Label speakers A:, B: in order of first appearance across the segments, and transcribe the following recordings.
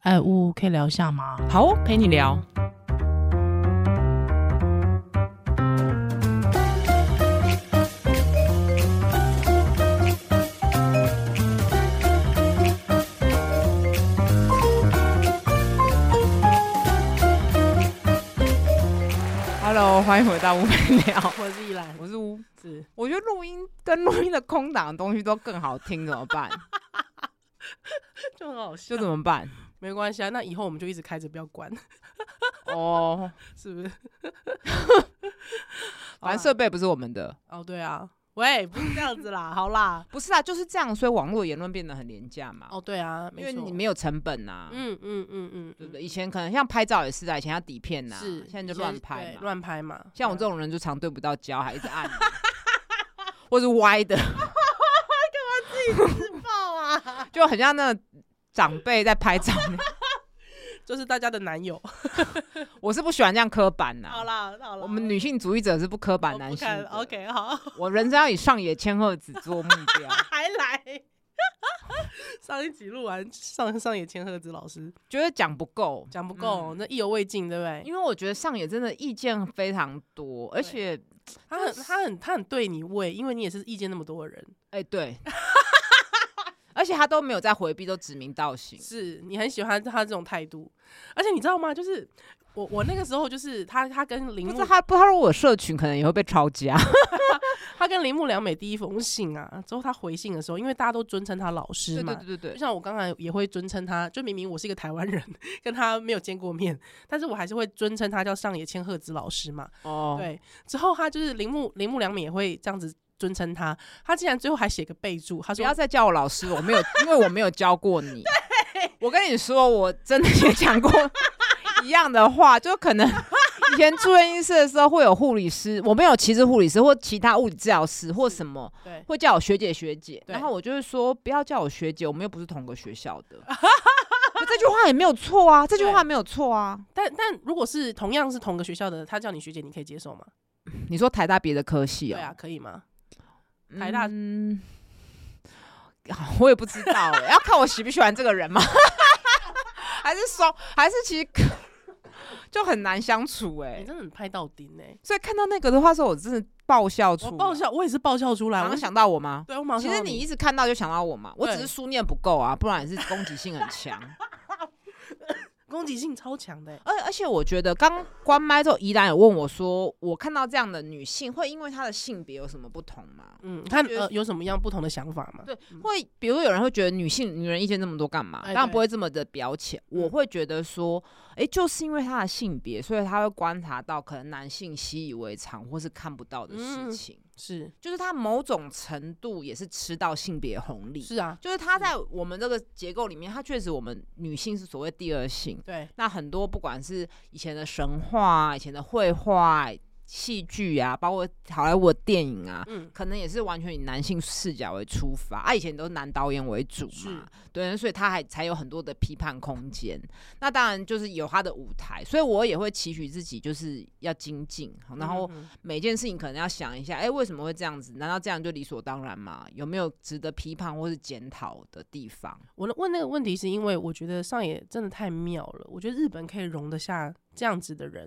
A: 哎，呜，可以聊一下吗？
B: 好哦，陪你聊。Hello，欢迎回到屋陪你聊，
A: 我是依兰，
B: 我是屋。
A: 是
B: 我觉得录音跟录音的空档的东西都更好听，怎么办？
A: 就很好笑
B: 就，怎么办？
A: 没关系啊。那以后我们就一直开着，不要关，
B: 哦，
A: 是不是？
B: 反正设备不是我们的，
A: 好啦哦，对啊，喂，不是这样子啦，好 啦，
B: 不是啊，就是这样，所以网络言论变得很廉价嘛，
A: 哦，对啊，
B: 因
A: 没
B: 为
A: 错，
B: 你没有成本呐、
A: 嗯嗯嗯嗯，
B: 对
A: 嗯
B: 不对？以前可能像拍照也是啊，以前要底片呐、
A: 是，
B: 现在就
A: 以前
B: 乱拍
A: 对
B: 嘛。
A: 乱拍嘛。
B: 像我这
A: 对啊，
B: 种人就常对不到焦，还一直按啊，或是歪的，
A: 爆啊，
B: 就很像那个长辈在拍照。
A: 就是大家的男友。
B: 我是不喜欢这样刻板呐、
A: 好啦，好啦，
B: 啊我们女性主义者是不刻板
A: 我
B: 男
A: 不
B: 性
A: 看
B: 的
A: OK，好，
B: 我人生要以上野千鹤子做目 标。
A: 还来。上一集录完，上上野千鹤子老师
B: 觉得讲不够，
A: 讲不够，那意犹未尽，对不对？
B: 嗯因为我觉得上野真的意见非常多，而
A: 对
B: 且，
A: 他很他很他很对你胃，因为你也是意见那么多的人，
B: 哎、 对，而且他都没有在回避，都指名道姓。
A: 是你很喜欢他这种态度，而且你知道吗？就是我我那个时候就是他他跟铃
B: 不
A: 木
B: 是他，不他说我社群可能也会被抄家。
A: 他跟铃木良美第一封信啊，之后他回信的时候，因为大家都尊称他老师
B: 对
A: 嘛，
B: 对对对
A: 就
B: 对，
A: 像我刚才也会尊称他，就明明我是一个台湾人，跟他没有见过面，但是我还是会尊称他叫上野千鹤子老师嘛。
B: 哦，
A: 对，之后他就是铃木铃木良美也会这样子尊称他，他竟然最后还写个备注，他
B: 不
A: 说
B: 要再叫我老师，我 没有，因为我没有教过你。我跟你说，我真的也讲过一样的话，就可能以前住院医师的时候会有护理师，我没有歧视护理师或其他物理治疗师或什么，
A: 对
B: 会叫我学姐学姐，
A: 对
B: 然后我就会说不要叫我学姐，我们又不是同个学校 的。可这句话也没有错啊，这句话没有错啊。
A: 但但如果是同样是同个学校的，他叫你学姐，你可以接受吗？
B: 你说台大别的科系
A: 对
B: 哦、
A: 啊，可以吗？
B: 嗯
A: 台大
B: 好我也不知道、欸，要看我喜不喜欢这个人吗？ 还是说，还是其实就很难相处哎、
A: 你真的很拍到顶哎、
B: 所以看到那个的话，说我真的爆笑出
A: 我
B: 来，
A: 爆笑，我也是爆笑出来。
B: 马
A: 我
B: 上啊想到我吗？
A: 对我马上
B: 其
A: 想
B: 实
A: 到
B: 你一直看到就想到我嘛，我只
A: 对
B: 是书念不够啊，不然也是攻击性很强。
A: 攻击性超强的、欸，
B: 而而且我觉得刚关麦之后，怡然有问我说，我看到这样的女性会因为她的性别有什么不同吗？
A: 嗯，看
B: 觉得
A: 呃有什么样不同的想法吗？
B: 对
A: 嗯，
B: 会比如有人会觉得女性女人意见这么多干嘛？
A: 哎
B: 当然
A: 对
B: 不会这么的表浅。我
A: 嗯
B: 会觉得说，哎，就是因为她的性别，所以她会观察到可能男性习以为常或是看不到的
A: 嗯
B: 事情，
A: 是
B: 就是她某种程度也是吃到性别红利。
A: 是啊，
B: 就是她在我们这个结构里面，她确实我们女性是所谓第二性。
A: 对
B: 那很多不管是以前的神话啊、以前的绘画啊、戏剧啊，包括好莱坞的电影啊，
A: 嗯
B: 可能也是完全以男性视角为出发啊，以前都是男导演为主嘛，对，所以他还才有很多的批判空间。那当然就是有他的舞台，所以我也会期许自己就是要精进，好然后
A: 嗯嗯
B: 每件事情可能要想一下，哎、为什么会这样子？难道这样就理所当然吗？有没有值得批判或是检讨的地方？
A: 我的问那个问题是因为我觉得上野真的太妙了，我觉得日本可以容得下这样子的人，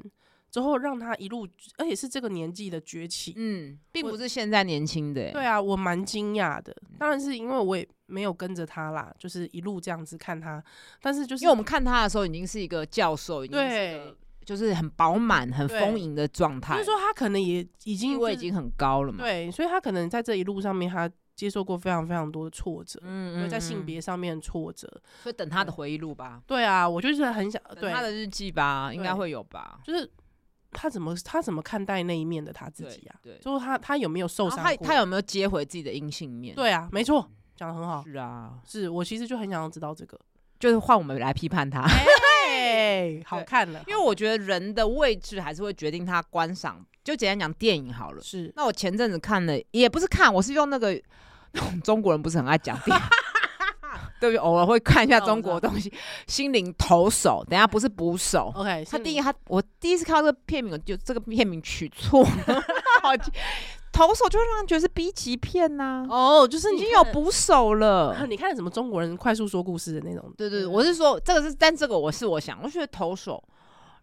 A: 之后让他一路，而且是这个年纪的崛起，
B: 嗯，并
A: 我
B: 不是现在年轻的、哎
A: 对啊，我蛮惊讶的，
B: 嗯
A: 当然是因为我也没有跟着他啦，就是一路这样子看他，但是就是
B: 因为我们看他的时候已经是一个教授，已经是一
A: 对
B: 个。就是很饱满、很
A: 对
B: 丰盈的状态，
A: 就是说他可能也已经
B: 地位已
A: 就是
B: 经很高了嘛。
A: 对，所以他可能在这一路上面，他接受过非常非常多的挫折，因
B: 嗯
A: 为在性，
B: 嗯
A: 别上面的挫折。
B: 嗯所以等他的回忆录吧，
A: 对啊，我就是很想对
B: 等，他的日记吧，应该
A: 对
B: 会有吧。
A: 就是他怎么他怎么看待那一面的他自己啊？
B: 对，对
A: 就是他他有没有受
B: 然后
A: 伤
B: 他
A: 过？
B: 他有没有接回自己的阴性面？，哦
A: 对啊，没错，讲的很好。
B: 是啊，
A: 是我其实就很想要知道这 个，
B: 就是换我们来批 判他，
A: 哎，好看了，
B: 因为我觉得人的位置还是会决定他观赏。就简单讲电影好了，
A: 是
B: 那我前阵子看了，也不是看，我是用那个中国人不是很爱讲 电影。对不起，偶尔会看一下中国的东西，《心灵投手》。等一下不是捕手，
A: OK，
B: 他
A: 是
B: 第一，
A: 你
B: 他我第一次看到这个片名，我就这个片名取错了，好投手就会让人觉得是 B 级片呐、
A: 哦，就是
B: 已
A: 你
B: 经有
A: 看了
B: 捕手了。
A: 你看了什么中国人快速说故事的那种？
B: 对对，对我是说这个是，但这个我是我想，我觉得投手，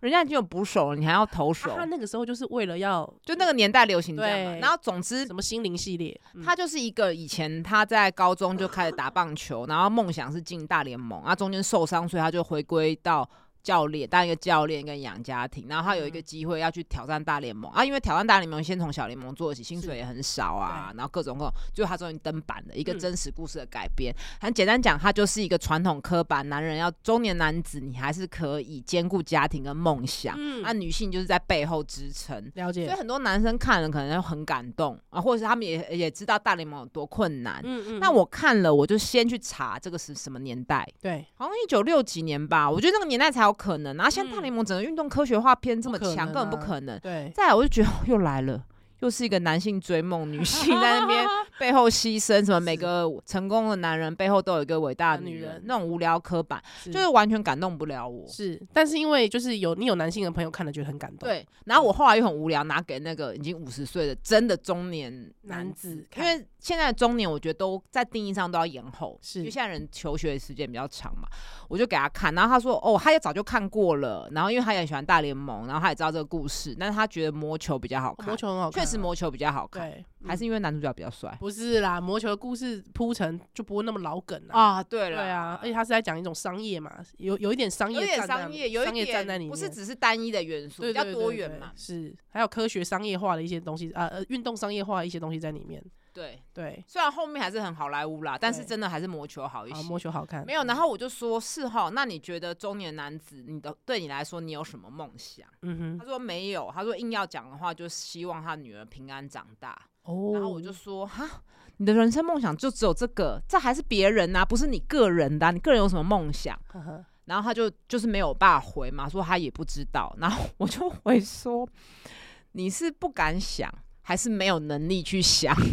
B: 人家已经有捕手了，你还要投手
A: 啊，他，那个时候就是为了要
B: 就那个年代流行这样嘛。
A: 对
B: 然后总之，
A: 什么心灵系列，嗯
B: 他就是一个以前他在高中就开始打棒球，然后梦想是进大联盟，啊，中间受伤，所以他就回归到。教练当一个教练跟养家庭，然后他有
A: 嗯
B: 一个机会要去挑战大联盟、啊，因为挑战大联盟先从小联盟做起，薪水也很少啊，然后各种各种，最后他终于登板了一个
A: 嗯
B: 真实故事的改编。很简单讲，它就是一个传统刻板男人要中年男子，你还是可以兼顾家庭跟梦想，
A: 嗯
B: 那、女性就是在背后支撑。
A: 了
B: 所以
A: 解，
B: 很多男生看了可能很感动啊，或者是他们也也知道大联盟有多困难。
A: 嗯嗯
B: 那我看了，我就先去查这个是什么年代，
A: 对
B: 好像一九六几年吧，我觉得那个年代才有可能。然后啊现在大
A: 嗯
B: 联盟整个运动科学化偏这么
A: 不可
B: 强，根本不
A: 能啊
B: 可能。
A: 对，
B: 再来，我就觉得又来了。又是一个男性追梦，女性在那边背后牺牲，什么每
A: 是
B: 个成功的男人背后都有一个伟大的女
A: 女
B: 人
A: 人，
B: 那种无聊刻板，
A: 就
B: 就是完全感动不了我。
A: 是，但是因为就是有你有男性的朋友看了觉得很感动，，
B: 对，然后我后来又很无聊，拿给那个已经五十岁的真的中年
A: 男
B: 男
A: 子
B: 因
A: 看
B: 为现在的中年，我觉得都在定义上都要延后，
A: 是
B: 因为现在人求学的时间比较长嘛，我就给他看，然后他说哦，他也早就看过了，然后因为他也很喜欢大联盟，然后他也知道这个故事，但是他觉得魔球比较好
A: 哦
B: 看
A: 魔，球很好看
B: 确
A: 啊，
B: 实魔球比较好看，
A: 对，
B: 还
A: 嗯
B: 是因为男主角比较帅
A: 不是啦，魔球的故事铺陈就不会那么老梗啊。
B: 啊？对
A: 对
B: 了，
A: 啊，而且他是在讲一种商业嘛，有有一点商业
B: 有
A: 站在
B: 点
A: 里面，
B: 商业，有一
A: 商业站在里
B: 点
A: 面，
B: 不是只是单一的元素，
A: 对
B: 比较
A: 对
B: 多
A: 对
B: 元
A: 对
B: 嘛，
A: 是还有科学商业化的一些东西啊，呃，运动商业化的一些东西在里面。
B: 对。
A: 对，
B: 虽然后面还是很好莱坞啦，但是
A: 对
B: 真的还是魔球好一
A: 啊，
B: 些。
A: 魔球好看，
B: 没有，然后我就说是哈，那你觉得中年男子，你的对你来说，你有什么梦想？
A: 嗯
B: 他
A: 哼，
B: 说没有，他说硬要讲的话，就是希望他女儿平安长大。
A: 哦，
B: 然后我就说哈，你的人生梦想就只有这个，这还是别人呐、不是你个人的啊、你个人有什么梦想？
A: 呵呵
B: 然后他就就是没有办法回嘛，说他也不知道。然后我就回说，你是不敢想，还是没有能力 去想？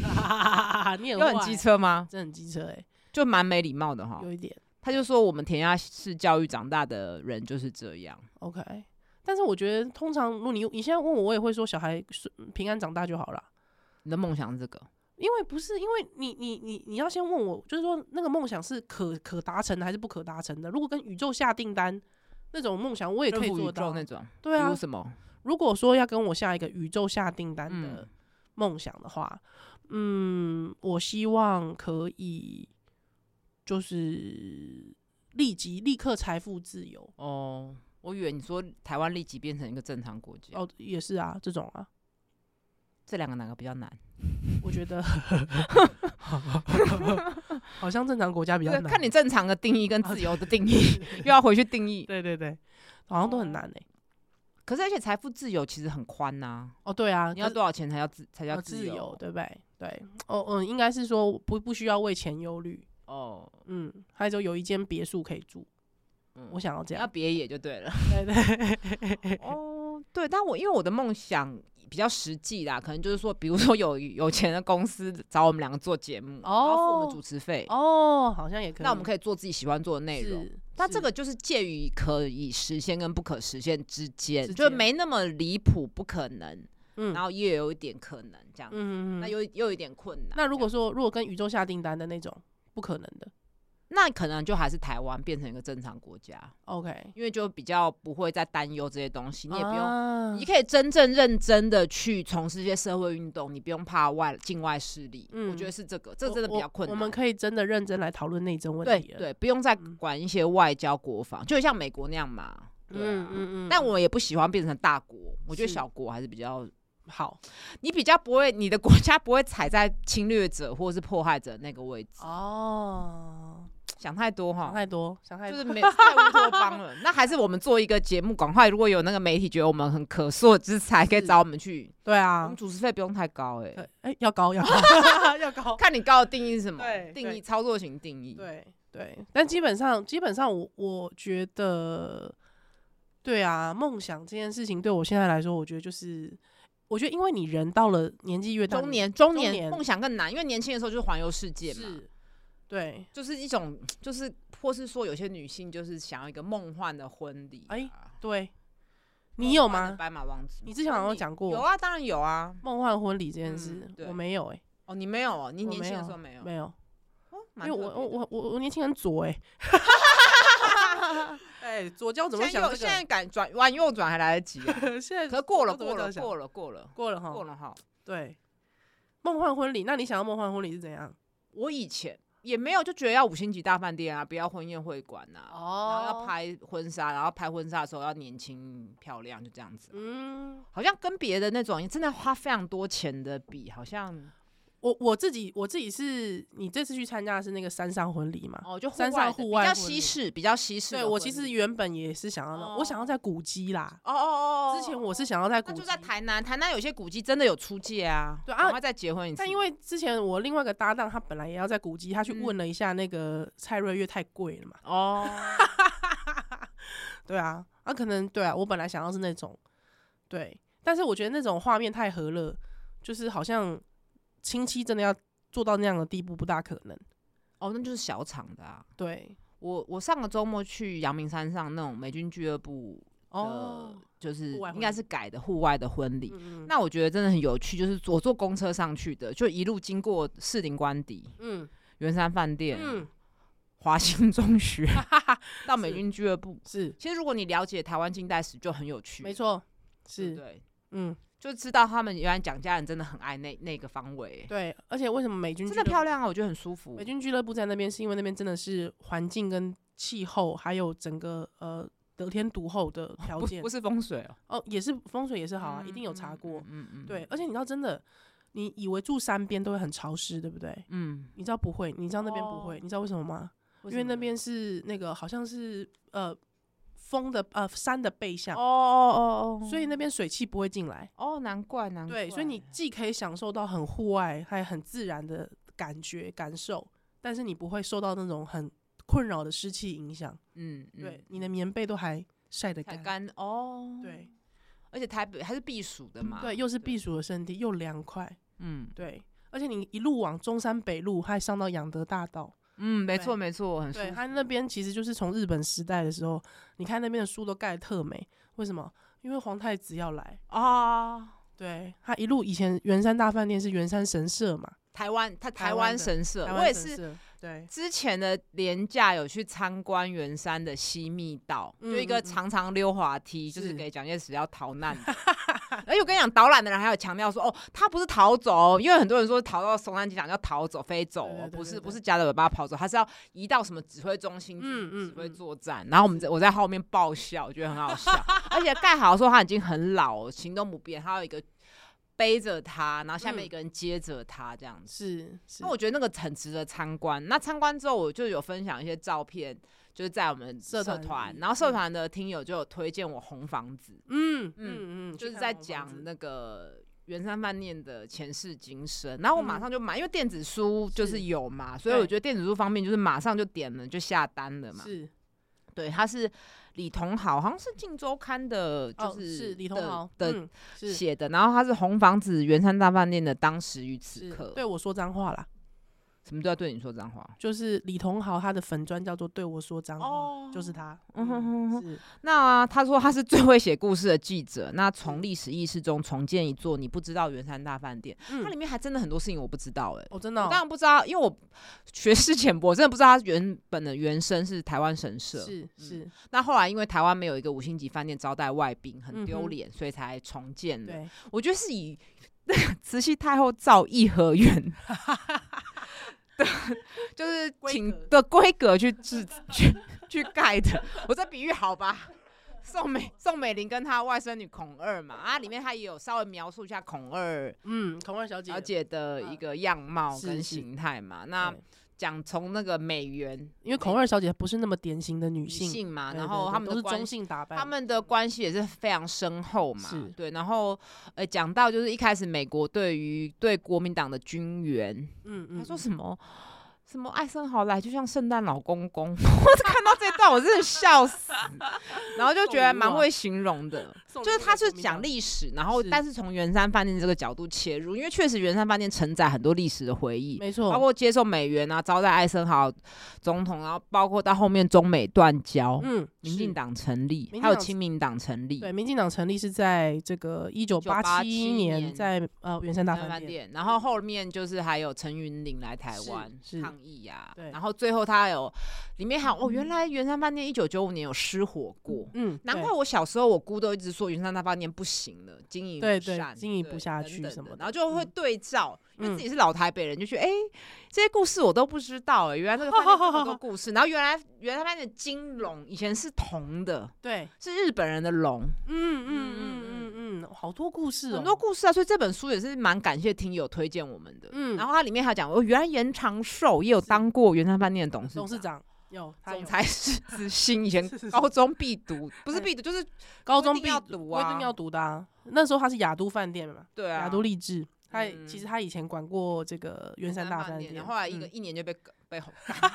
A: 你
B: 有
A: 很
B: 很
A: 坏
B: 机，车吗？
A: 真的很机车哎，
B: 就蛮没礼貌的哈。
A: 有一点
B: 他就说我们填鸭式教育长大的人就是这样。
A: OK。但是我觉得，通常如果你你现在问我，我也会说小孩顺平安长大就好了。
B: 你的梦想是这个，
A: 因为不是，因为你你你你要先问我，就是说那个梦想是可可达成的还是不可达成的？如果跟宇宙下订单那种梦想，我也可以
B: 征服
A: 做
B: 宇宙
A: 到。
B: 那种，
A: 对
B: 比
A: 啊
B: 如，什么？
A: 如果说要跟我下一个宇宙下订单的
B: 嗯，
A: 梦想的话，嗯，我希望可以就是立即立刻财富自由。
B: 哦，我以为你说台湾立即变成一个正常国家，
A: 哦，也是啊，这种啊，
B: 这两个哪个比较难？
A: 我觉 得好像正常国家比较难。哦
B: 看你正常的定义跟自由的定义，又要回去定义。
A: 对对对，好像都很难
B: 哦
A: 哎、
B: 可是而且财富自由其实很宽呐、
A: 哦，对啊，
B: 你要
A: 可
B: 多少钱才叫自才叫
A: 呃自由，
B: 由？
A: 对不对？对，哦嗯，应该是说不不需要为钱忧虑，
B: 哦，
A: 嗯，还有就有一间别墅可以住，
B: 嗯
A: 我想要这
B: 要
A: 样，
B: 别野就对了。
A: 对对
B: 哦，对，但我因为我的梦想比较实际啦，可能就是说，比如说有有钱的公司找我们两个做节目，然后付我们
A: 哦
B: 主持费，
A: 哦，好像也可以，
B: 那我们可以做自己喜欢做的内容。
A: 是，
B: 那这
A: 是
B: 个就是介于可以实现跟不可实现之间，
A: 之
B: 就
A: 间
B: 没那么离谱不可能，
A: 嗯
B: 然后又有一点可能这样，
A: 嗯嗯嗯
B: 那又又有一点困难。
A: 那如果
B: 这样
A: 说如果跟宇宙下订单的那种，不可能的
B: 那可能就还是台湾变成一个正常国家，
A: ，OK，
B: 因为就比较不会再担忧这些东西，你也不用
A: 啊
B: 你可以真正认真的去从事一些社会运动，你不用怕外境外势力。
A: 嗯
B: 我觉得是这个，这个
A: 我
B: 真的比
A: 我
B: 较困难。
A: 我们可以真的认真来讨论内政
B: 对
A: 问题了，
B: 对，不啊用再
A: 嗯
B: 管一些外交国防，就像美国那样嘛。对
A: 嗯
B: 啊
A: 嗯嗯，
B: 但我也不喜欢变成大国，我觉得
A: 是
B: 小国还是比较，
A: 好
B: 你比较不会，你的国家不会踩在侵略者或是迫害者那个位置。
A: 哦，
B: 想太多
A: 想
B: 哈，
A: 太多，想太
B: 就
A: 多
B: 是 没有太乌托邦了。那还是我们做一个节目，赶快如果有那个媒体觉得我们很可塑之才，可以
A: 是
B: 找我们去。
A: 对
B: 我
A: 啊
B: 们，主持费不用太高哎、
A: 可哎要高要高 要高，
B: 看你高的定义是什么？
A: 对
B: 定义
A: 对
B: 操作型定义。，
A: 对对，但基本上基本上我我觉得，对啊，梦想这件事情对我现在来说，我觉得就是，我觉得因为你人到了年纪越大，
B: 中
A: 你
B: 年中
A: 中
B: 年
A: 年
B: 梦想更难，因为年轻的时候就是环游世界嘛，
A: 是，对，
B: 就是一种就是或是说有些女性就是想要一个梦幻的婚礼、啊，
A: 哎对，你有
B: 梦幻的
A: 吗？
B: 白马王子，
A: 你之前好像有讲过
B: 有啊，当然有啊。
A: 梦幻婚礼这件事
B: 嗯，对
A: 我没有哎、
B: 哦，你没有哦，你
A: 我
B: 年轻的
A: 没
B: 时
A: 有
B: 候没有，
A: 没有，
B: 哦
A: 因
B: 蛮
A: 为我
B: 特别
A: 我
B: 的
A: 我我我年轻人左 哎、哎、左交怎么
B: 现
A: 想
B: 在右
A: 这
B: 现在敢转玩右转还来得及啊，
A: 个？现在
B: 可 过了
A: 左交
B: 过
A: 怎
B: 了
A: 么想哦
B: 过了过了
A: 过了哈，
B: 过了哈。
A: 对，梦幻婚礼，那你想要梦幻婚礼是怎样？
B: 我以前也没有就觉得要五星级大饭店啊，不要婚宴会馆啊，然后要
A: 哦，
B: 拍婚纱，然后拍婚纱的时候要年轻漂亮，就这样子。
A: 嗯，
B: 好像跟别的那种真的花非常多钱的比，好像
A: 我我自己我自己是你这次去参加的是那个山上婚礼嘛？
B: 哦，就户
A: 山
B: 外
A: 上
B: 的
A: 户
B: 比
A: 外
B: 较
A: 婚
B: 西
A: 礼
B: 式，比较西式的
A: 对
B: 婚礼。
A: 我其实原本也是想要那，我想要在古迹啦。
B: 哦哦哦，哦
A: 之前我是想要在古
B: 那
A: 迹
B: 就，在台南，台南有些古迹真的有出借啊，
A: 对啊
B: 赶快再结婚一次。
A: 但因为之前我另外一个搭档他本来也要在古迹，他去
B: 嗯
A: 问了一下那个蔡瑞月太贵了嘛。
B: 哦，
A: 对啊，啊，可能对啊，我本来想要是那种，对，但是我觉得那种画面太和乐，就是好像亲戚真的要做到那样的地步不大可能。
B: 哦，那就是小厂的啊。
A: 对，
B: 我我上个周末去阳明山上那种美军俱乐部的，
A: 哦，
B: 就是
A: 户外婚礼
B: 应该是改的户外的婚礼。
A: 嗯
B: 那我觉得真的很有趣，就是我坐公车上去的，就一路经过士林官邸、
A: 嗯
B: 圆山饭店、
A: 嗯，
B: 华兴 中学到美
A: 是
B: 军俱乐部。
A: 是
B: 其实如果你了解台湾近代史，就很有趣，
A: 没，错，
B: 对不
A: 是
B: 对，
A: 嗯
B: 就知道他们原来蒋家人真的很爱那那个方位，
A: 对，而且为什么美军
B: 真
A: 俱
B: 的
A: 乐部
B: 漂亮啊，我觉得很舒服
A: 美。军俱乐部在那边是因为那边真的是环境跟气候，还有整个呃得天独厚的条
B: 不
A: 件
B: 不是风水哦，
A: 哦，也是风水也是好啊，一定有
B: 嗯
A: 查过。，
B: 嗯嗯，嗯
A: 对，，而且你知道真的，你以为住山边都会很潮湿，对不对？
B: 嗯，
A: 你知道不会，你知道那边不会，
B: 哦
A: 你知道为什么吗？因
B: 什
A: 为
B: 么
A: 那
B: 呢
A: 边是那个好像是呃风的呃山的背向，
B: 哦哦哦哦，
A: 所以那边水汽不会进来。
B: 哦，难怪难怪。
A: 对，所以你既可以享受到很户外还很自然的感觉感受，但是你不会受到那种很困扰的湿气影响。
B: 嗯，嗯
A: 对，你的棉被都还晒得
B: 才
A: 干。
B: 干哦，，
A: 对
B: 而且台北还是避暑的嘛，
A: 对，又是
B: 啊对
A: 避暑的圣地，又凉快。
B: 嗯
A: 对，而且你一路往中山北路，还上到养德大道。
B: 嗯，没错
A: 对
B: 没错，很舒
A: 对，
B: 服。
A: 它那边其实就是从日本时代的时候，你看那边的书都盖得特美，为什么？因为皇太子要来，
B: 啊，
A: 对他一路以前圆山大饭店是圆山神社嘛，
B: 台湾它台
A: 台湾
B: 湾
A: 的
B: 神社，
A: 台
B: 我也
A: 湾神
B: 是。
A: 社，对，
B: 之前的廉价有去参观圆山的西密道，
A: 嗯
B: 就一个
A: 嗯嗯
B: 长长溜滑梯，就是
A: 是
B: 给蒋介石要逃难 的。而且我跟你讲，导览的人还有强调说，哦，他不是逃走，哦因为很多人说逃到松山机场要逃走、飞走哦，
A: 对对对
B: 不是
A: 对对
B: 不是夹着尾巴跑走，他是要移到什么指挥中心去
A: 嗯嗯
B: 指挥
A: 嗯
B: 作战。然后我们在我在后面爆笑，我觉得很 好笑。而且盖好说他已经很老，行动不便，他有一个背着他，然后下面
A: 嗯
B: 一个人接着他这样子。
A: 是是
B: 那，我觉得那个很值得参观。那参观之后，我就有分享一些照片，就是在我们社
A: 社团
B: 团，
A: 里
B: 然后
A: 嗯
B: 社团的听友就有推荐我红房子，
A: 嗯嗯嗯，
B: 就是
A: 去看
B: 在
A: 红房
B: 讲
A: 子
B: 那个圆山饭店的前世今生。然后我马上就买，因为电子书就是
A: 是
B: 有嘛，所以我
A: 嗯对
B: 觉得电子书方面就是马上就点了就下单了嘛。
A: 是
B: 对，它是李同豪，好像是《镜周刊》的，就
A: 哦
B: 是
A: 是李同
B: 的
A: 豪
B: 的
A: 嗯是
B: 写的，然后它是红房子圆山大饭店的当时与此
A: 是
B: 刻。
A: 对我说脏话啦，
B: 什么都要对你说脏话。
A: 就是李同豪他的粉砖叫做对我说脏
B: 哦
A: 话，就是他，
B: 嗯哼哼哼
A: 嗯是
B: 那他说他是最会写故事的记者。那从历史意识中重建一座你不知道圆山大饭店，它里
A: 嗯，
B: 面还真的很多事情我不知道哎、
A: 哦真的
B: 我
A: 哦
B: 当然不知道，因为我学识浅薄，真的不知道他原本的原声是台湾神社。
A: 是是，
B: 那后来因为台湾没有一个五星级饭店招待外宾，很
A: 嗯
B: 丢
A: 哼
B: 脸，所以才重建的。
A: 对，
B: 我觉得是以 慈禧太后造颐和园 的， 就是
A: 规
B: 请
A: 格
B: 的规格去制去去盖的。我这比喻好吧？宋美宋美龄跟她外甥女孔二嘛，啊，里面她也有稍微描述一下孔二
A: 嗯，孔二小姐
B: 小，姐的一个样貌
A: 是
B: 跟
A: 是
B: 形态嘛。那
A: 对
B: 讲从那个美元
A: 因为孔二小姐不是那么典型的女
B: 女
A: 性，
B: 性嘛，
A: 对
B: 然
A: 对
B: 后
A: 对
B: 他们
A: 都
B: 的
A: 是
B: 关
A: 中性打扮，
B: 他们的关系也是非常深厚嘛
A: 是，
B: 对。然后，呃，讲到就是一开始美国对于对国民党的军援，
A: 嗯嗯，
B: 他说什么什么爱生好来就像圣诞老公公， 我看到这段我真的笑死，然后就觉得蛮会形容的。
A: 送
B: 就是
A: 礼物
B: 它
A: 给
B: 是
A: 啊国民
B: 讲
A: 党
B: 历史，然后
A: 是
B: 但是从圆山饭店这个角度切入，因为确实圆山饭店承载很多历史的回忆，
A: 没
B: 包
A: 错，
B: 括接受美元啊，招待艾森豪总统，然后包括到后面中美断交，
A: 嗯，
B: 民进
A: 是
B: 党成立，
A: 民
B: 还有
A: 进党
B: 亲民党成立，
A: 对，民进党成立是在这个一九八
B: 1987
A: 年
B: 年
A: 在呃圆山大
B: 台湾
A: 饭
B: 饭
A: 店，
B: 店，然后后面就是还有陈云林来台湾
A: 是是
B: 抗议啊
A: 对，
B: 然后最后他有里面还有哦，原来圆山饭店一九九五年有失火过。
A: 嗯，
B: 难
A: 对
B: 怪我小时候我姑都一直说云山大饭店不行了，经营
A: 对
B: 不
A: 对
B: 善
A: 经营
B: 对
A: 不下
B: 等
A: 去
B: 等
A: 什么
B: 的
A: 的
B: 然后就会
A: 嗯
B: 对照，因
A: 嗯
B: 为自己是老台北人，就觉得哎、这些故事我都不知道、哎，原来这个饭店这么多故事，然后原来原来饭店的金龙以前是铜的，
A: 对，
B: 是日本人的龙，
A: 嗯
B: 嗯
A: 嗯嗯嗯嗯，好多故事哦，
B: 很多故事啊，所以这本书也是蛮感谢听友推荐我们的。
A: 嗯
B: 然后它里面还有讲，哦，原来严长寿也有当过圆山饭店的董事
A: 董事
B: 长。
A: 长有他
B: 总
A: 有
B: 裁是子欣，以前
A: 是是是
B: 高中必读，不是必读就是
A: 高
B: 规
A: 中
B: 定
A: 必
B: 要读
A: 规
B: 啊
A: 定要读的啊，那时候他是雅都饭店嘛，
B: 对啊，
A: 雅都励志。他也
B: 嗯
A: 其实他以前管过这个圆山大饭店，
B: 然后后来一个
A: 嗯
B: 一年就被赶 被轰赶走，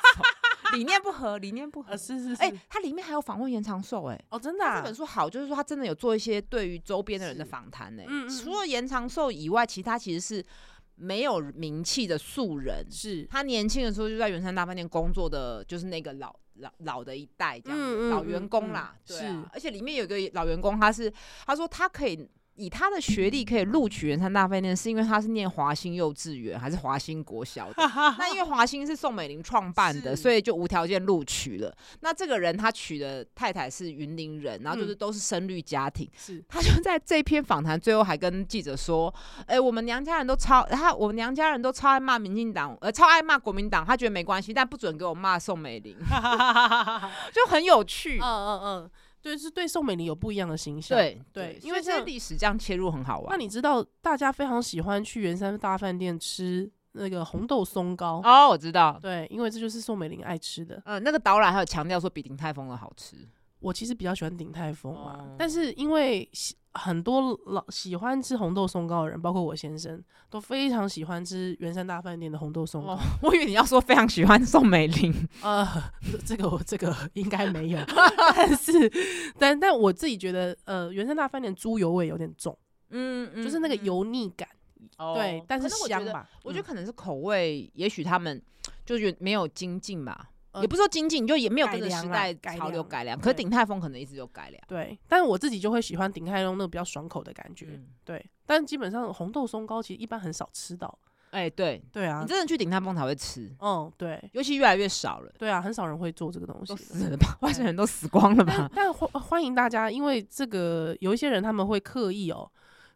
B: 理念不合，理念不合
A: 呃。是是
B: 哎
A: 是，
B: 它里面还有访问延长寿，哎，
A: 哦真的
B: 这
A: 啊
B: 本书好，就是说他真的有做一些对于周边的人的
A: 是
B: 访谈，哎
A: 嗯嗯，
B: 除了延长寿以外，其他其实是没有名气的素人。
A: 是
B: 他年轻的时候就在圆山大饭店工作的，就是那个老老老的一代这样子，
A: 嗯嗯
B: 老员工啦，
A: 嗯嗯
B: 对、啊
A: 是。
B: 而且里面有一个老员工，他是他说他可以以他的学历可以录取圆山大饭店，是因为他是念华兴幼稚园还是华兴国小的。那因为华兴是宋美龄创办的，
A: 哦是
B: 所以就无条件录取了。那这个人他娶的太太是云林人，然
A: 嗯
B: 后就是都是深绿家庭，
A: 是
B: 他就在这篇访谈最后还跟记者说：“哎、我们娘家人都超，他我们娘家人都超爱骂民进党，呃，超爱骂国民党，他觉得没关系，但不准给我骂宋美 龄，就很有趣。
A: 嗯嗯嗯，对，是对宋美龄有不一样的形象。，
B: 对
A: 对
B: 因
A: 因
B: 为
A: 为
B: 这些
A: 像
B: 历史这样切入很好玩。
A: 那你知道大家非常喜欢去圆山大饭店吃那个红豆松糕，
B: 哦，我知道，
A: 对，因为这就是宋美龄爱吃的。
B: 呃，那个导览还有强调说比鼎泰丰的好吃，
A: 我其实比较喜欢鼎泰丰啊，
B: 哦
A: 但是因为喜很多老喜欢吃红豆松糕的人，包括我先生，都非常喜欢吃圆山大饭店的红豆松糕。
B: 哦， 我以为你要说非常喜欢宋美龄，
A: 呃，这个我这个 应该没有，但是但但我自己觉得，呃，圆山大饭店猪油味有点重，
B: 嗯，嗯
A: 就是那个
B: 嗯
A: 油腻感，
B: 哦
A: 对，但
B: 可
A: 是
B: 我觉
A: 香
B: 得
A: 吧，
B: 我觉得
A: 嗯
B: 可能是口味，也许他们就是没有精进吧，
A: 呃
B: 也不是说精进，就也没有
A: 改
B: 跟着
A: 良
B: 时
A: 啦
B: 代
A: 改
B: 潮流
A: 良
B: 改良。可是
A: 对
B: 鼎泰丰可能一直有改良，
A: 对，但是我自己就会喜欢鼎泰丰那个比较爽口的感觉，
B: 嗯，
A: 对，但基本上红豆松糕其实一般很少吃到，
B: 哎，对
A: 对啊
B: 你，真的去鼎泰丰才会吃，
A: 嗯，对，
B: 尤其越来越少了，
A: 对啊，很少人会做这个东西
B: 都
A: 的。
B: 死了吧，外省人都死光了吧
A: 但？但欢欢迎大家，因为这个有一些人他们会刻意哦，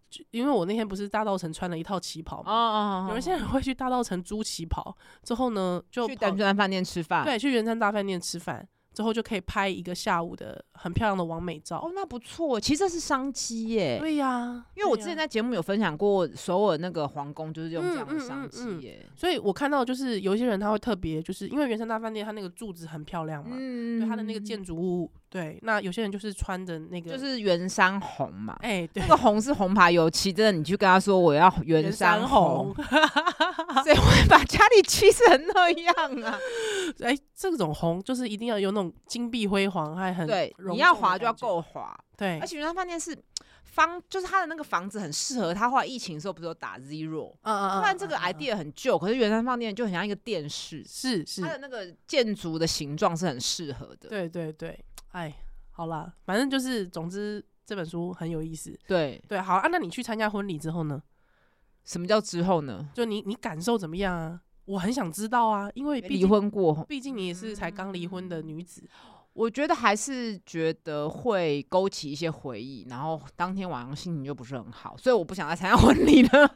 A: 就因为我那天不是大道城穿了一套旗袍
B: 哦
A: 嘛，
B: 哦，哦
A: 有一些人会去大道城租旗袍，之后呢就
B: 去
A: 跑
B: 丹泉饭店吃饭，，
A: 对去圆山大饭店吃饭，之后就可以拍一个下午的很漂亮的完美照。
B: 哦，那不错，其实这是商机耶。
A: 对呀、
B: 因为我
A: 对
B: 之
A: 呀
B: 前，在节目有分享过，首尔那个皇宫就是用这
A: 嗯
B: 样的
A: 嗯
B: 商
A: 嗯
B: 机
A: 嗯
B: 耶。
A: 所以我看到就是有一些人他会特别，就是因为圆山大饭店它那个柱子很漂亮嘛，
B: 嗯
A: 对它的那个建筑物，对，那有些人就是穿着那个，
B: 就是圆山红嘛，
A: 哎、对
B: 那。个红是红牌油漆，真的，你去跟他说我要圆
A: 圆
B: 山
A: 山
B: 红
A: 红，，
B: 谁会把家里漆成那样啊？
A: 哎、这种红就是一定要有那种金碧辉煌，还 很
B: 对，
A: 隆
B: 你要
A: 重的
B: 滑就要
A: 感觉，
B: 够滑，
A: 对
B: 而，且圆山饭店是方，就是他的那个房子很适合他。后来疫情的时候不是有打 zero，
A: 嗯嗯
B: 虽
A: 嗯
B: 然这个
A: 嗯嗯
B: idea 很旧，可是圆山饭店就很像一个电视，
A: 是是
B: 它，的那个建筑的形状是很适合的。
A: 对对对，哎，好啦，反正就是，总之这本书很有意思。
B: 对，
A: 对，好啊，那你去参加婚礼之后呢？
B: 什么叫之后呢？
A: 就你你感受怎么样啊？我很想知道啊，因为毕
B: 离
A: 竟，
B: 婚过后，
A: 毕竟你也是才刚离婚的女子，
B: 我觉得还是觉得会勾起一些回忆，然后当天晚上心情就不是很好，所以我不想再参加 婚礼了。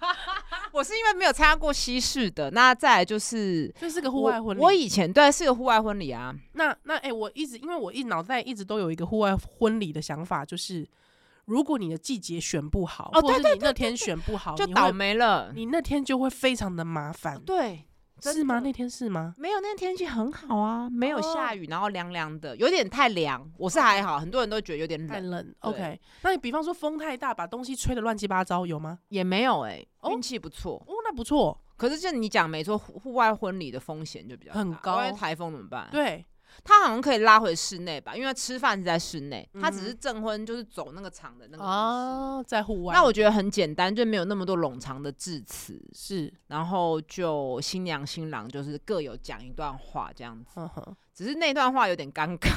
B: 我是因为没有参加过西式的，那再来就是
A: 这是个
B: 我
A: 户外婚
B: 我
A: 礼。
B: 以前对是个户外婚礼啊，
A: 那那哎、我一直因为我一脑袋一直都有一个户外婚礼的想法，就是如果你的季节选不好，
B: 哦
A: 或者是你那天选不好，
B: 就
A: 哦你会
B: 倒霉了。
A: 你那天就会非常的麻烦，
B: 对，真
A: 是吗？
B: 的
A: 那天是吗？
B: 没有，那天天气很好啊，没有下
A: 哦
B: 雨，然后凉凉的，有点太凉。我是还好，很多人都觉得有点
A: 太
B: 冷，
A: 冷，OK。那你比方说风太大，把东西吹得乱七八糟，有吗？
B: 也没有哎、
A: 哦
B: 运气不错。
A: 哦，那不错，
B: 可是就你讲没错，户户外婚礼的风险就比较大
A: 很高
B: 万一台风怎么办？，
A: 对，
B: 他好像可以拉回室内吧，因为吃饭是在室内，他只
A: 嗯
B: 是证婚就是走那个场的那个。啊、
A: 啊，在户外，
B: 那我觉得很简单，就没有那么多冗长的致辞，
A: 是，
B: 然后就新娘新郎就是各有讲一段话这样子，
A: 嗯哼，
B: 只是那段话有点尴尬。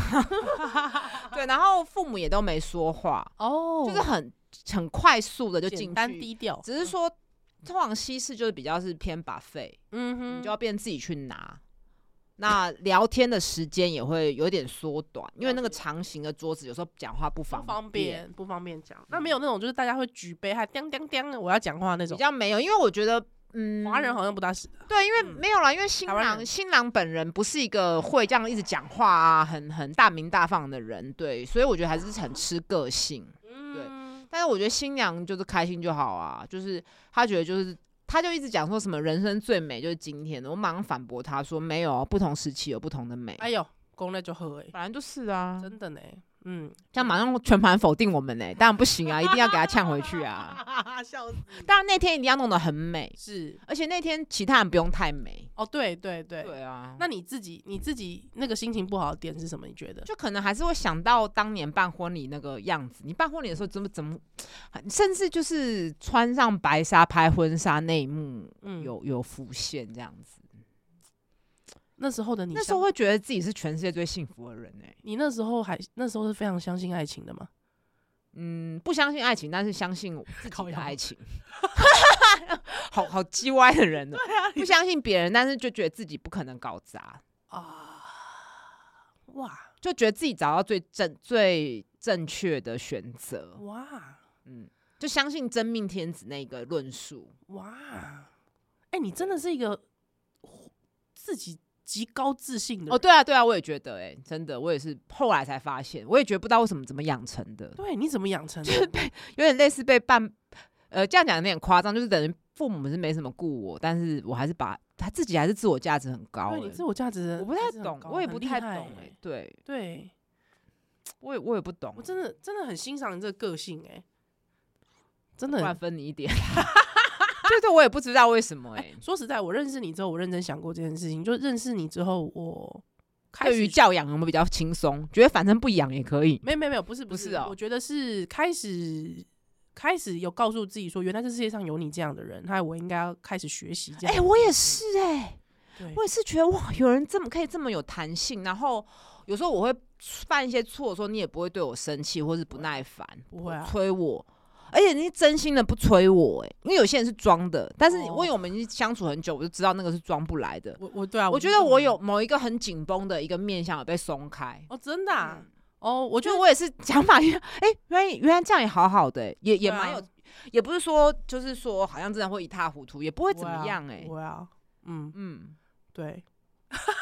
B: 对，然后父母也都没说话，
A: 哦，
B: 就是很很快速的就进
A: 简
B: 去，
A: 单低调，
B: 只是说。通常西式就是比较是偏把费，
A: 嗯
B: 你
A: 哼，
B: 就要变自己去拿。那聊天的时间也会有点缩短，因为那个
A: 了解
B: 长形的桌子有时候讲话不方
A: 不方，便不方便讲。嗯那没有那种就是大家会举杯还叮叮叮的，我要讲话那
B: 比
A: 种。
B: 较没有。因为我觉得，嗯，
A: 华人好像不大是，
B: 对，因为
A: 嗯
B: 没有啦，因为新
A: 台湾
B: 郎
A: 人
B: 新郎本人不是一个会这样一直讲话啊，很很大鸣大放的人，对，所以我觉得还是很吃个性。
A: 嗯，
B: 但是我觉得新娘就是开心就好啊，就是她觉得就是。她就一直讲说什么人生最美就是今天的，我马上反驳她说没有哦，不同时期有不同的美，
A: 哎呦，公那就喝哎，
B: 本来就是啊，
A: 真的呢， 嗯，
B: 这样马上全盘否定我们呢、当然不行啊，一定要给他呛回去啊！
A: 啊，笑死，
B: 当然那天一定要弄得很美，
A: 是
B: 而且那天其他人不用太美。
A: 哦，对对对。
B: 啊
A: 那
B: 那
A: 你自己你自己那个心情不好的点是什么？你觉得？
B: 就可能还是会想到当年办婚礼那个样子。你办婚礼的时候怎么怎么，甚至就是穿上白纱拍婚纱那一幕
A: 嗯，
B: 有有浮现这样子。
A: 那时候的你
B: 那
A: 相，
B: 时候会觉得自己是全世界最幸福的人哎、
A: 你那时候还那时候是非常相信爱情的吗？
B: 嗯，不相信爱情，但是相信我自己
A: 靠
B: 的
A: 腰
B: 爱情。 好好叽歪的人呢、不相信别人，但是就觉得自己不可能搞砸，
A: 啊，哇
B: 就觉得自己找到最正、最正确的选择。
A: 哇
B: 嗯，就相信真命天子那个论述。
A: 哇！哎、你真的是一个自己极高自信的人
B: 哦，对啊，对啊，我也觉得、哎，真的，我也是后来才发现，我也觉得不知道为什么怎么养成的，
A: 对，你怎么养成的？
B: 有点类似被半，呃，这样讲有点夸张，就是等于父母是没什么顾我，但是我还是把他自己还是自我价值很高、
A: 对
B: 哎
A: 你自我价值，
B: 我不太懂，我也不太懂哎、
A: 哎。
B: 对
A: 对
B: 我也我也不懂，
A: 我真的真的很欣赏你这个个性哎、真
B: 不
A: 的
B: 然
A: 很。
B: 分你一 点，就是我也不知道为什么哎、
A: 说实在，我认识你之后，我认真想过这件事情。就认识你之后，我开
B: 对于
A: 始
B: 教养有没有比较轻松？觉得反正不养也可以，
A: 没有没有没有，不是
B: 不
A: 不
B: 是
A: 是
B: 哦
A: 我觉得是开始开始有告诉自己说，原来这世界上有你这样的人，还有我应该要开始学习这
B: 哎、
A: 样。
B: 我也是哎、
A: 对
B: 我也是觉得哇，有人这么可以这么有弹性，然后有时候我会犯一些错的时候，你也不会对我生气或是不耐烦，
A: 不会啊
B: 催我。而且你是真心的不催我哎、因为有些人是装的，但是
A: 哦
B: 因为我们已经相处很久，我就知道那个是装不来的。
A: 我我对啊，
B: 我觉
A: 就
B: 得
A: 这么
B: 我
A: 觉
B: 有某一个很紧绷的一个面相有被松开，
A: 哦，真的、啊
B: 嗯
A: 哦，我
B: 我
A: 觉
B: 觉得
A: 得
B: 我也是 讲法一样，哎、原来原来这样也好好的欸、也也
A: 对啊
B: 蛮有，也不是说就是说好像真的会一塌糊涂，也不会怎么样哎、
A: 啊我要嗯
B: 嗯，
A: 对， 对啊，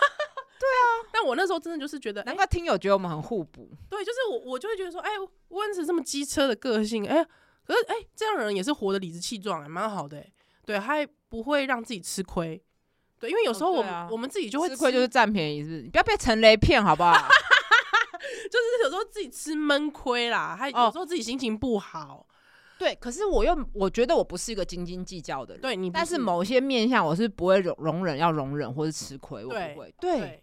A: 但我那时候真的就是觉得，哎、
B: 难怪听友觉得我们很互补，
A: 对，就是我我就会觉得说，哎、温子这么机车的个性，哎、可是哎、这样的人也是活得理直气壮，还蛮好的、哎对，还不会让自己吃亏。对，因为有时候
B: 哦对
A: 我们、
B: 啊
A: 我们自己就会
B: 吃亏就是占便宜，是不是？你不要被陈雷骗好 不好？
A: 就是有时候自己吃闷亏啦，还
B: 哦
A: 有时候自己心情不好。
B: 对，可是我又我觉得我不是一个斤斤计较的人，
A: 对你不，
B: 但是某些面相我是不会容容忍要容忍或是吃亏，我
A: 对
B: 不会。
A: 对，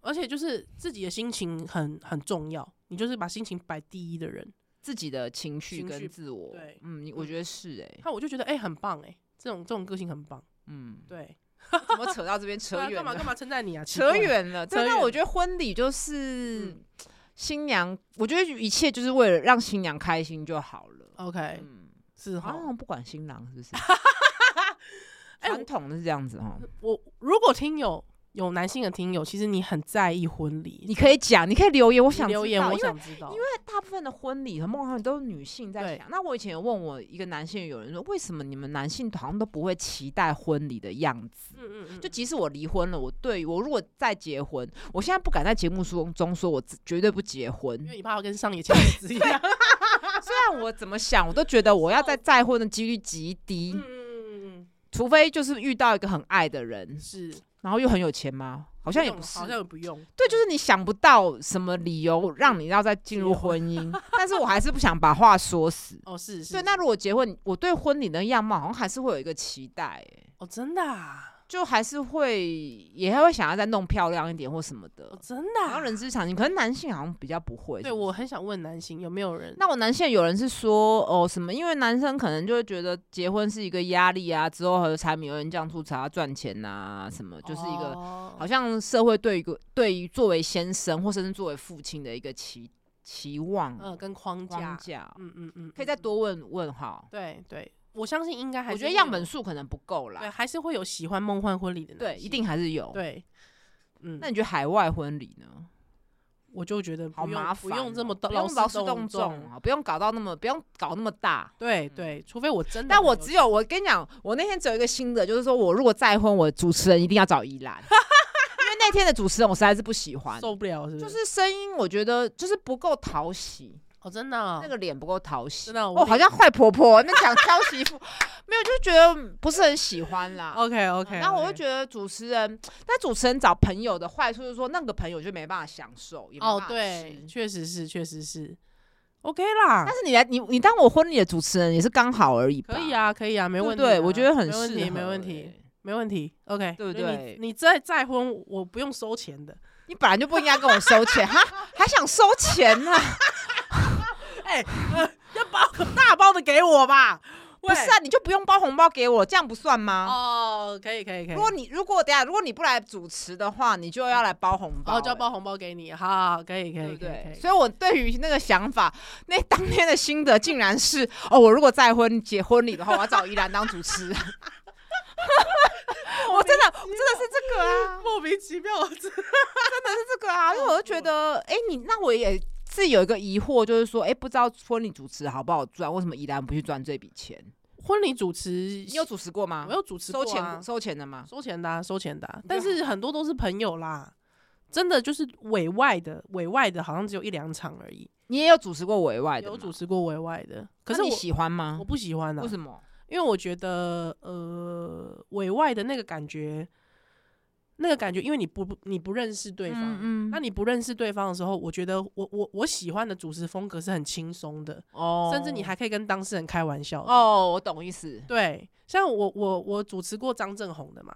A: 而且就是自己的心情很很重要，你就是把心情摆第一的人。
B: 自己的情绪
A: 情
B: 跟
A: 绪
B: 自我，
A: 对
B: 嗯，你我
A: 嗯
B: 觉得是哎、
A: 那我就觉得哎、很棒哎、这种这种个性很棒。
B: 嗯，
A: 对，
B: 怎么扯到这 边
A: 对
B: 扯
A: 啊
B: 远
A: 干嘛
B: 了？
A: 干嘛称赞你啊？奇
B: 扯
A: 怪，
B: 远了。
A: 扯
B: 对，但
A: 远
B: 我
A: 了
B: 觉得婚礼就是、
A: 嗯
B: 新娘，我觉得一切就是为了让新娘开心就好了。
A: OK，
B: 嗯，
A: 是哈。
B: 啊，不管新郎是不是？
A: 哎
B: 传统的是这样子哦。
A: 我如果听友有男性的听友，其实你很在意婚礼，
B: 你可以讲，你可以留言，我
A: 你
B: 想
A: 留
B: 知
A: 言，
B: 道
A: 我
B: 因为
A: 想知道，
B: 因为大部分的婚礼和梦幻都是女性在
A: 对
B: 想。那我以前有问我一个男性，有人说为什么你们男性好像都不会期待婚礼的样子？
A: 嗯嗯嗯，就
B: 就即使我离婚了，我对于我如果再结婚，我现在不敢在节目中中说我自绝对不结婚。
A: 因为你怕跟上野千鹤子一样，
B: 虽然我怎么想，我都觉得我要再再婚的几率极低，
A: 嗯嗯嗯
B: 除非就是遇到一个很爱的人
A: 嗯，， 是，
B: 然后又很有钱吗？好像也
A: 不
B: 不
A: 用
B: 是，
A: 好像也不用，
B: 对，就是你想不到什么理由让你要再进入婚姻，但是我还是不想把话说死。
A: 哦是是，
B: 对，那如果结婚，我对婚礼的样貌好像还是会有一个期待、欸，
A: 哦，真的、啊，
B: 就还是会也还会想要再弄漂亮一点或什么的
A: 哦，，真的、
B: 然后
A: 啊。
B: 人之常情。可是男性好像比较不会。
A: 对
B: 是不是
A: 我很想问男性有没有人
B: 那我男性有人是说哦什么，因为男生可能就会觉得结婚是一个压力啊，之后还有柴米油盐酱醋茶赚钱啊什么，就是一个、
A: 哦
B: 好像社会对于一个对于作为先生或甚至作为父亲的一个期期望、
A: 呃跟框架，
B: 框架，
A: 嗯嗯嗯，
B: 可以再
A: 嗯
B: 多问问号。
A: 对对，我相信应该还
B: 我
A: 是
B: 觉得
A: 会
B: 样
A: 有
B: 本数可能不够
A: 对
B: 啦，
A: 还是会有喜欢梦幻婚礼的男
B: 对，
A: 性
B: 一定还是有。
A: 对，嗯，
B: 那你觉得海外婚礼呢？
A: 我就觉得不
B: 好
A: 用
B: 麻烦哦，
A: 不用这么
B: 不用劳
A: 劳
B: 师动众，啊，不用搞到那么不用搞那么大。
A: 对对，除非我真的，
B: 但我只有我跟你讲，我那天只有一个新的，就是说我如果再婚，我主持人一定要找依兰， 因为那天的主持人我实在是不喜欢，
A: 受不了，是不？
B: 就是是声音我觉得就是不够讨喜，
A: 哦，真的啊，
B: 那个脸不够讨喜，
A: 真的啊我
B: 哦，好像坏婆婆那讲挑媳妇， 没有就觉得不是很喜欢啦。
A: OK 哦 OK，
B: 然后嗯我就觉得主持人，但主持人找朋友的坏处就是说，那个朋友就没办法享受，也没办
A: 哦
B: 法，
A: 对，
B: 吃
A: 确实是，确实是，OK 啦
B: 但，是你来，你你当我婚礼的主持人也是刚好而已吧，
A: 可以啊，可以啊，没
B: 对不
A: 问题啊，
B: 对，我觉得很
A: 没问
B: 适
A: 题，
B: 合
A: 没问
B: 欸
A: 题，没问题，OK，
B: 对不
A: 所以
B: 对
A: 你你再再婚，我不用收钱的，
B: 你本来就不应该跟我收钱 哈，还想收钱呢、
A: 哎，要包个 大包的给我吧，
B: 不是啊，你就不用包红包给我，这样不算吗？
A: 哦，可以可以可以
B: 如，果你如果等下如果你不来主持的话，你就要来包红包、
A: 哦，就要包
B: 欸，
A: 红包给你，好好，好可以可以可
B: 对不
A: 以可
B: 对？
A: 以，
B: 所以我对于那个想法，那当天的心得竟然是哦，我如果再婚结婚礼的话，我要找依兰当主持
A: 啊
B: 人。我真的我真的是这个啊，
A: 莫名其妙， 真的
B: 真的是这个啊，因为我
A: 嗯
B: 就觉得，哎、你那我也。是有一个疑惑，就是说，哎、不知道婚礼主持好不好赚？为什么依兰不去赚这笔钱？
A: 婚礼主持
B: 你有主持过吗？
A: 我有主持过
B: 收钱、
A: 啊
B: 收钱的吗？
A: 收钱的、啊，收钱的啊、但是很多都是朋友啦，真的就是委外的，委外的好像只有一两场而已。
B: 你也有主持过委外的吗，
A: 有主持过委外的，可
B: 那
A: 是
B: 你
A: 我
B: 喜欢吗
A: 我？不喜欢啊
B: 为，什么？
A: 因为我觉得呃委外的那个感觉，那个感觉，因为你不你不认识对方。
B: 嗯
A: 那你不认识对方的时候，我觉得我我我喜欢的主持风格是很轻松的，
B: 哦
A: 甚至你还可以跟当事人开玩笑的。
B: 哦，我懂意思
A: 对，像我我我主持过张正宏的嘛，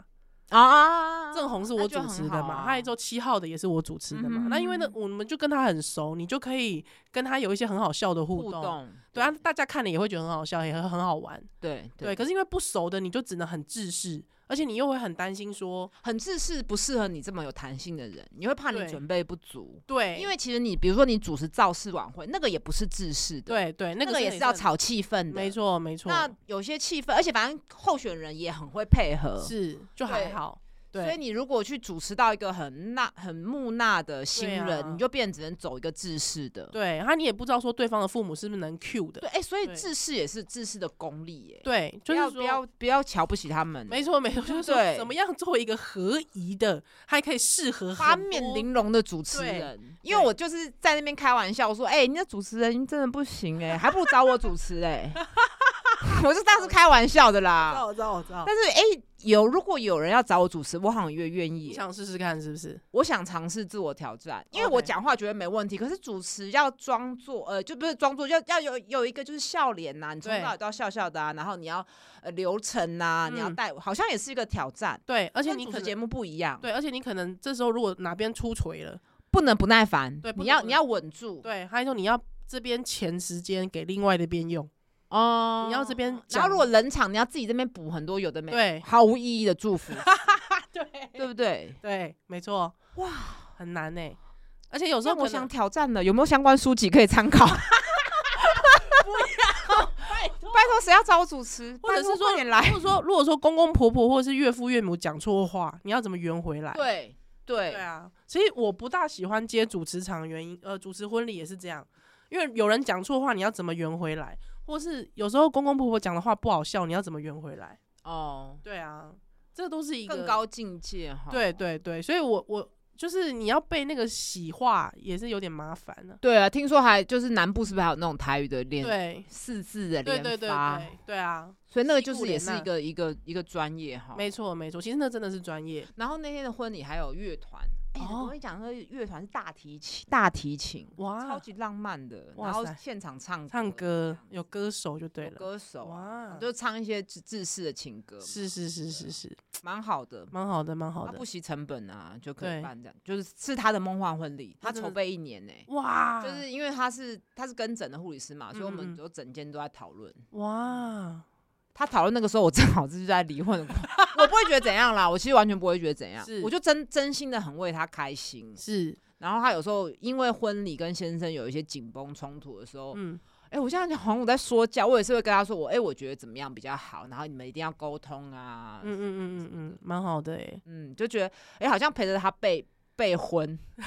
B: 啊
A: 正红是
B: 那
A: 我
B: 就
A: 主
B: 很
A: 持的
B: 好
A: 嘛
B: 啊，
A: 他一周七号的也是我主持的嘛。那因为呢
B: 嗯，
A: 我们就跟他很熟，你就可以跟他有一些很好笑的
B: 互
A: 互动。
B: 动，
A: 对啊，大家看了也会觉得很好笑，也很好玩。
B: 对
A: 对，，可是因为不熟的，你就只能很自视，而且你又会很担心说，
B: 很自私，不适合你这么有弹性的人，你会怕你
A: 对
B: 准备不足，
A: 对，
B: 因为其实你比如说你主持造势晚会，那个也不是自私的，
A: 对对，那
B: 那
A: 个
B: 个也
A: 是
B: 是要
A: 很，
B: 炒气氛的，
A: 没。错没错，
B: 那有些气氛，而且反正候选人也很会配合，
A: 是就还
B: 对
A: 好。
B: 所以
A: 对，
B: 你如果去主持到一个很纳、很木讷的新
A: 对啊
B: 人，你就变只能走一个制式的。
A: 对，他你也不知道说对方的父母是不是能 cue
B: 对，
A: 的，
B: 哎、所以
A: 对
B: 制式也是制式的功力耶、
A: 对，就
B: 不要
A: 是
B: 不
A: 说
B: 要。不要瞧不起他们，
A: 没错，没错，就是说
B: 对
A: 怎么样作为一个合宜的，还可以适合
B: 八
A: 很
B: 面
A: 多
B: 玲珑的主持
A: 对
B: 人。因为我就是在那边开玩笑说，哎、你的主持人真的不行哎、还不如找我主 持哎、 我是当时开玩笑的啦。
A: 我知道，我知道。
B: 但是哎、有如果有人要找我主持，我好像越愿意
A: 你
B: 耶、
A: 想试试看是不是？
B: 我想尝试自我挑战，因为我
A: OK
B: 讲话觉得没问题，可是主持要装作呃，就不是装作，要要有有一个就是笑脸呐、你从头
A: 对
B: 到尾都要笑笑的啊，然后你要呃流程呐、你要
A: 嗯
B: 带，好像也是一个挑战，
A: 对，而
B: 而
A: 且你
B: 主
A: 可
B: 持节
A: 能
B: 目不一样，
A: 对，而且你可能这时候如果哪边出锤了，
B: 不能不耐烦，
A: 对不
B: 你
A: 能
B: 要
A: 不
B: 你
A: 能
B: 要稳住，
A: 对，还有说你要这边前时间给另外那边用，
B: 哦
A: 你要这边
B: 然后
A: 讲
B: 如果冷场，你要自己这边补很多有的没，，
A: 对
B: 毫无意义的祝福，
A: 对
B: 对不对？
A: 对，没错，
B: 哇，
A: 很难欸呢、而且有时
B: 那
A: 候
B: 我
A: 可
B: 想
A: 能
B: 挑战的，有没有相关书籍可以参考？
A: 拜托，
B: 拜托，谁要找我主持？
A: 或者
B: 拜托
A: 是
B: 快
A: 说，哦
B: 点来，
A: 如果说如果说公公婆婆或者是岳父岳母讲错话，你要怎么圆回来？
B: 对对
A: 对啊，其实我不大喜欢接主持场的原因，呃，主持婚礼也是这样，因为有人讲错话，你要怎么圆回来？或是有时候公公婆婆讲的话不好笑，你要怎么圆回来？
B: 哦。
A: 对啊，这都是一个
B: 更。高境界哈。
A: 对对对，所以我我就是你要被那个洗化也是有点麻烦呢、
B: 对啊，听说还就是南部是不是还有那种台语的连
A: 对
B: 四字的
A: 对
B: 连
A: 对对
B: 发？
A: 对对啊，
B: 所以那个
A: 西
B: 就
A: 部
B: 是也
A: 连
B: 是
A: 呐
B: 一个一个一个专业哈。嗯
A: 没错没错，其实那真的是专业
B: 然后那天的婚礼还有乐团，哎、
A: 哦
B: 我跟你讲，那乐团是大提琴，大提琴，超
A: 哇，
B: 级浪漫的，
A: 哇
B: 然后
A: 塞
B: 现场唱
A: 唱歌
B: 这样
A: 有歌手就对
B: 有
A: 了，
B: 歌手啊，
A: 哇，
B: 就唱一些自自式的情歌嘛，
A: 是是是是是，
B: 蛮好的。
A: 蛮好的，蛮好
B: 他
A: 的
B: 不，惜成本啊，就可以
A: 对
B: 办这样，就是是他的梦幻婚礼，他
A: 真
B: 筹
A: 的
B: 备一年呢、
A: 哇，
B: 就是因为他是他是跟诊的护理师嘛，所以我
A: 嗯嗯
B: 们
A: 嗯
B: 就整间都在讨论。嗯
A: 哇，
B: 他讨论那个时候，我正好就是在离婚的过我不会觉得怎样啦，我其实完全不会觉得怎样
A: 是，
B: 我就真真心的很为他开心。
A: 是，
B: 然后他有时候因为婚礼跟先生有一些紧绷冲突的时候，哎、
A: 嗯，
B: 我现在好像我在说教，我也是会跟他说我，哎、我觉得怎么样比较好，然后你们一定要沟通啊
A: 嗯，嗯嗯嗯嗯，蛮好的哎，
B: 嗯，就觉得哎、好像陪着他备备婚，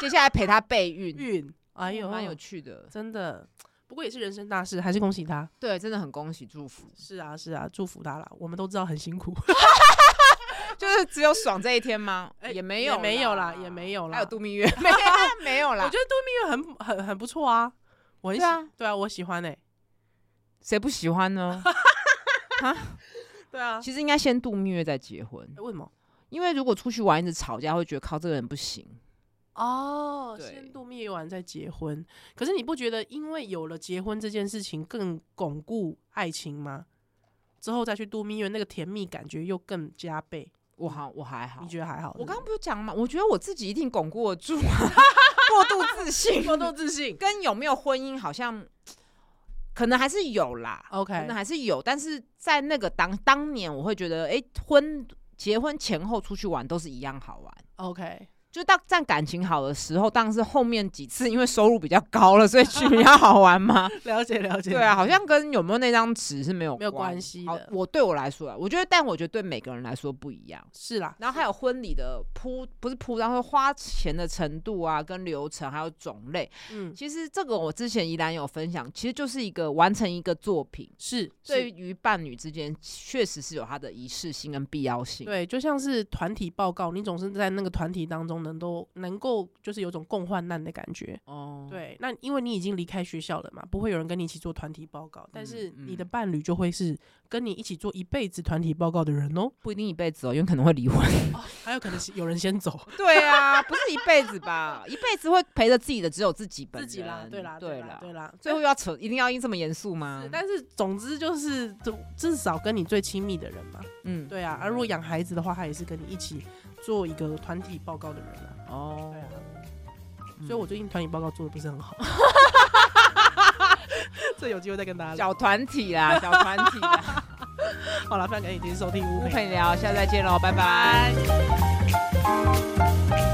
B: 接下来陪他备孕，
A: 运，哎呦，
B: 哦蛮有趣的，嗯
A: 真的，不过也是人生大事，还是恭喜他。
B: 对，真的很恭喜祝福，
A: 是啊，是啊，祝福他啦。我们都知道很辛苦，
B: 就是只有爽这一天 吗？
A: 哎
B: 也没有，
A: 也没有啦也没有啦
B: 还有度蜜月 没没有
A: 我
B: 啦
A: 觉，得度蜜月很很很不错啊，我很喜
B: 啊对啊
A: 对啊，我喜欢哎、
B: 谁不喜欢呢？
A: 对啊，
B: 其实应该先度蜜月再结婚，
A: 为什么？
B: 因为如果出去玩一直吵架，会觉得靠这个人不行。
A: 哦，
B: 对
A: 先度蜜月完再结婚。可是你不觉得，因为有了结婚这件事情，更巩固爱情吗？之后再去度蜜月，那个甜蜜感觉又更加倍。
B: 我好，我还好
A: 你。觉得还好？
B: 我
A: 是不
B: 刚
A: 是
B: 刚不是讲嘛，我觉得我自己一定巩固得住，啊 过度自信，
A: 过度自信。
B: 跟有没有婚姻好像，可能还是有啦
A: OK
B: 可能还是有，但是在那个当当年，我会觉得，哎、婚结婚前后出去玩都是一样好玩。
A: OK，
B: 就到占感情好的时候，当然是后面几次，因为收入比较高了，所以去比较好 玩嘛。
A: 了解了解。
B: 对啊，好像跟有没有那张纸是没有
A: 没有
B: 关
A: 关系
B: 好
A: 的，
B: 我对我来说啊，我觉得，但我觉得对每个人来说不一样。
A: 是啦。
B: 然后还有婚礼的铺，不是铺张，会花钱的程度啊，跟流程还有种类。
A: 嗯，
B: 其实这个我之前依然有分享，其实就是一个完成一个作品，
A: 是是
B: 对于伴侣之间确实是有它的仪式性跟必要性。
A: 对，就像是团体报告，你总是在那个团体当中能够能够就是有种共患难的感觉。
B: 哦，
A: 对，那因为你已经离开学校了嘛，不会有人跟你一起做团体报告，但是你的
B: 嗯
A: 伴侣就会是跟你一起做一辈子团体报告的人哦。
B: 不一定一辈子哦，因为可能会离婚。
A: 还有可能是有人先走，
B: 对啊，不是一辈子吧？一辈子会陪着自己的只有自己本
A: 自己
B: 人。
A: 啦，对啦，
B: 对嗯
A: 啦，对啦。
B: 最后又要扯，一定要这么严肃吗
A: 是，？但是总之就是至至少跟你最亲密的人嘛，
B: 嗯，
A: 对啊。而、如果养孩子的话，他也是跟你一起做一个团体报告的人啊，
B: 哦
A: 对啊。
B: 嗯
A: 所以我最近团体报告做的不是很好，这有机会再跟大家聊。
B: 小团体啦，小团体啦，
A: 好了，非常感谢您收听乌
B: 不
A: 陪。
B: 陪聊，下次再见喽，拜拜。